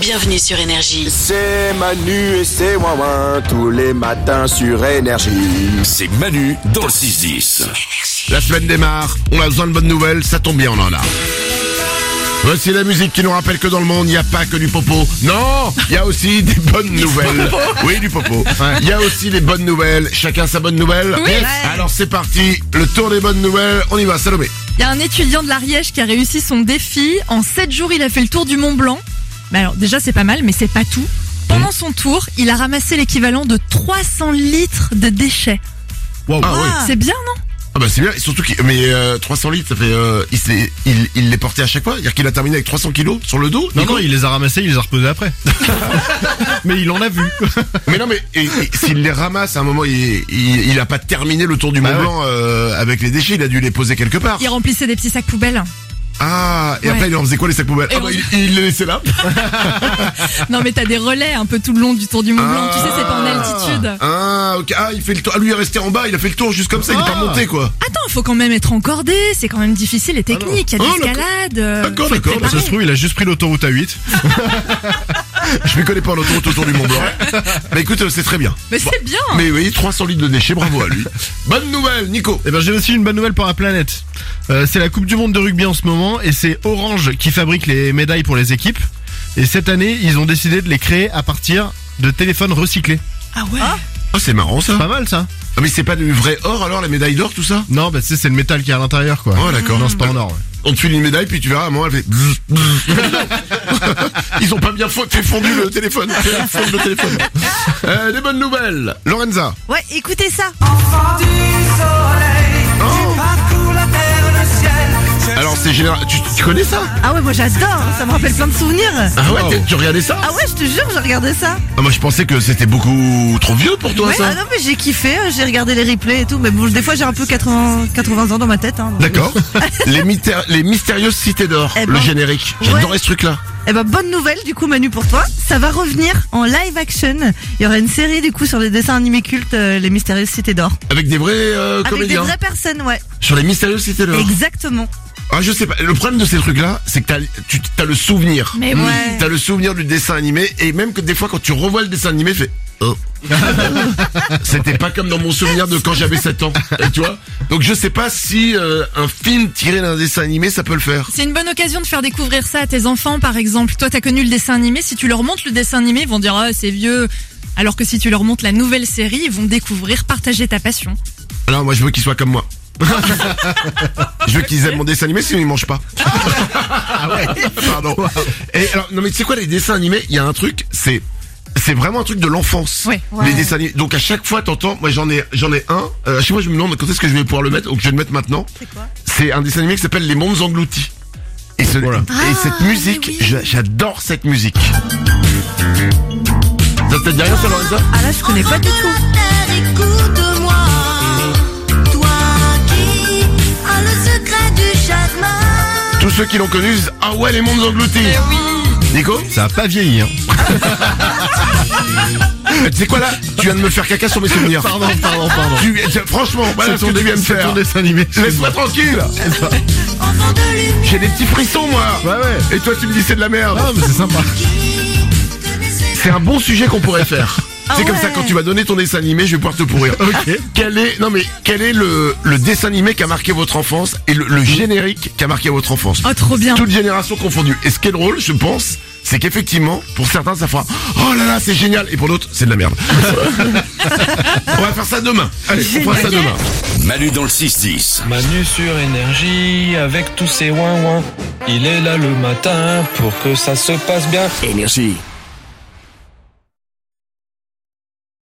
Bienvenue sur Énergie. C'est Manu et c'est Wawan tous les matins sur Énergie. C'est Manu dans le 6-10. La semaine démarre, on a besoin de bonnes nouvelles, ça tombe bien, on en a. Voici la musique qui nous rappelle que dans le monde, il n'y a pas que du popo. Non, il y a aussi des bonnes nouvelles. Oui, du popo. Il y a aussi des bonnes nouvelles. Chacun sa bonne nouvelle. Oui. Alors c'est parti, le tour des bonnes nouvelles. On y va, Salomé. Il y a un étudiant de l'Ariège qui a réussi son défi. En 7 jours, il a fait le tour du Mont Blanc. Mais alors, déjà, c'est pas mal, mais c'est pas tout. Mmh. Pendant son tour, il a ramassé l'équivalent de 300 litres de déchets. Ah oui. C'est bien, non Ah bah c'est bien, et surtout qu'il- mais euh, 300 litres, ça fait euh, il s'est- il il les portait à chaque fois, c'est-à-dire qu'il a terminé avec 300 kilos sur le dos. Non, Nico non, il les a ramassés, il les a reposés après. mais il en a vu. Mais non, mais et- et s'il les ramasse à un moment, il, il, il a pas terminé le tour du Mont ouais. Blanc euh, avec les déchets, il a dû les poser quelque part. Il remplissait des petits sacs poubelles. Ah, et Ouais. après il en faisait quoi les sacs poubelles Et Ah bah on- il, il les laissait là. Non, mais t'as des relais un peu tout le long du tour du Mont Blanc. Tu sais, c'est pas en altitude. Ah, ok. Ah, il fait le tour. Ah, lui, il est resté en bas. Il a fait le tour juste comme ça. Il est Ah. pas monté, quoi. Attends, faut quand même être encordé. C'est quand même difficile et technique. Il y a Ah, des d'accord. escalades. euh, D'accord, faut être d'accord, bah, Ça préparé. se trouve, il a juste pris l'autoroute à 8. Je m'y connais pas en autoroute autour du Mont Blanc. bah écoute, euh, c'est très bien. Mais c'est bien. Mais oui, 300 litres de déchets. Bravo à lui. Bonne nouvelle, Nico. Eh ben, j'ai aussi une bonne nouvelle pour la planète. Euh, c'est la Coupe du Monde de rugby en ce moment et c'est Orange qui fabrique les médailles pour les équipes. Et cette année, ils ont décidé de les créer à partir de téléphones recyclés. Ah ouais. Oh, c'est marrant C'est ça. pas mal ça Ah, mais c'est pas du vrai or alors la médaille d'or, tout ça Non, bah tu sais, c'est le métal qui est à l'intérieur quoi. Oh, d'accord. Non, c'est pas en or. ouais. On te file une médaille, puis tu verras, à un moment, elle fait. bzz, bzz. Ils ont pas bien fo- fait fondu le téléphone. Fondu le téléphone. Euh, des bonnes nouvelles. Lorenza. Ouais, écoutez ça. Oh. Alors, c'est général. Tu, tu connais ça Ah ouais, moi j'adore, ça me rappelle plein de souvenirs. Ah ouais, t'es- tu regardais ça Ah ouais, je te jure, j'ai regardé ça. Ah, moi, je pensais que c'était beaucoup trop vieux pour toi, Ouais, ça. ah non, mais j'ai kiffé, euh, j'ai regardé les replays et tout, mais bon, des fois j'ai un peu 80, 80 ans dans ma tête. Hein, donc. D'accord. les, mytère- les mystérieuses cités d'or, Eh ben. le générique. J'adorais ce truc-là. Eh ben, bonne nouvelle du coup, Manu, pour toi. Ça va revenir en live action. Il y aura une série du coup sur les dessins animés cultes, euh, Les Mystérieuses Cités d'Or. Avec des vrais euh, Avec des comédiens. vraies personnes, ouais. Sur les mystérieuses cités d'or. Exactement. Ah, je sais pas. Le problème de ces trucs-là, c'est que t'as, tu, t'as le souvenir. Mais Mmh. ouais. T'as le souvenir du dessin animé. Et même que des fois, quand tu revois le dessin animé, fais, oh. C'était pas comme dans mon souvenir de quand j'avais 7 ans. euh, Tu vois? Donc je sais pas si euh, un film tiré d'un dessin animé, ça peut le faire. C'est une bonne occasion de faire découvrir ça à tes enfants, par exemple. Toi, t'as connu le dessin animé. Si tu leur montres le dessin animé, ils vont dire ah c'est vieux. Alors que si tu leur montres la nouvelle série, ils vont découvrir, partager ta passion. Alors moi, je veux qu'ils soient comme moi. je veux qu'ils aiment mon dessin animé, sinon ils mangent pas. Pardon. Et alors, non mais tu sais quoi, les dessins animés, il y a un truc, c'est c'est vraiment un truc de l'enfance. Ouais. Les dessins animés. Donc à chaque fois, t'entends, moi j'en ai j'en ai un. Euh, à chaque fois, je me demande quand est-ce que je vais pouvoir le mettre, donc je vais le mettre maintenant. C'est quoi C'est un dessin animé qui s'appelle Les Mondes Engloutis. Et, ce- et cette musique, je- j'adore cette musique. Ça te dit rien, ça, Lorenza Ah là, je connais pas du tout. Écoute-moi, toi qui as le secret du chagrin. Tous ceux qui l'ont connu disent Ah ouais, Les Mondes Engloutis. Nico Ça a pas vieilli. Hein. Tu sais quoi là Tu viens de me faire caca sur mes souvenirs. Pardon, pardon, pardon. Tu- tu- franchement, voilà ce que tu viens de c'est faire. ton dessin animé. Laisse-moi tranquille. Enfant de lumière J'ai des petits frissons moi. Ouais, ouais. Et toi tu me dis c'est de la merde. Ah, mais c'est sympa. qui connaissait C'est un bon sujet qu'on pourrait faire. c'est comme ça ouais. quand tu vas donner ton dessin animé, je vais pouvoir te pourrir. Ok. Quel est non mais quel est le, le dessin animé qui a marqué votre enfance et le, le générique qui a marqué votre enfance Oh, trop bien. Toutes générations confondues. Et ce qui est drôle, je pense, c'est qu'effectivement, pour certains, ça fera Oh là là, c'est génial. Et pour d'autres, c'est de la merde. on va faire ça demain. Allez, on fera ça demain. Manu dans le 6-10. Manu sur énergie avec tous ses ouin ouin. Il est là le matin pour que ça se passe bien. Énergie.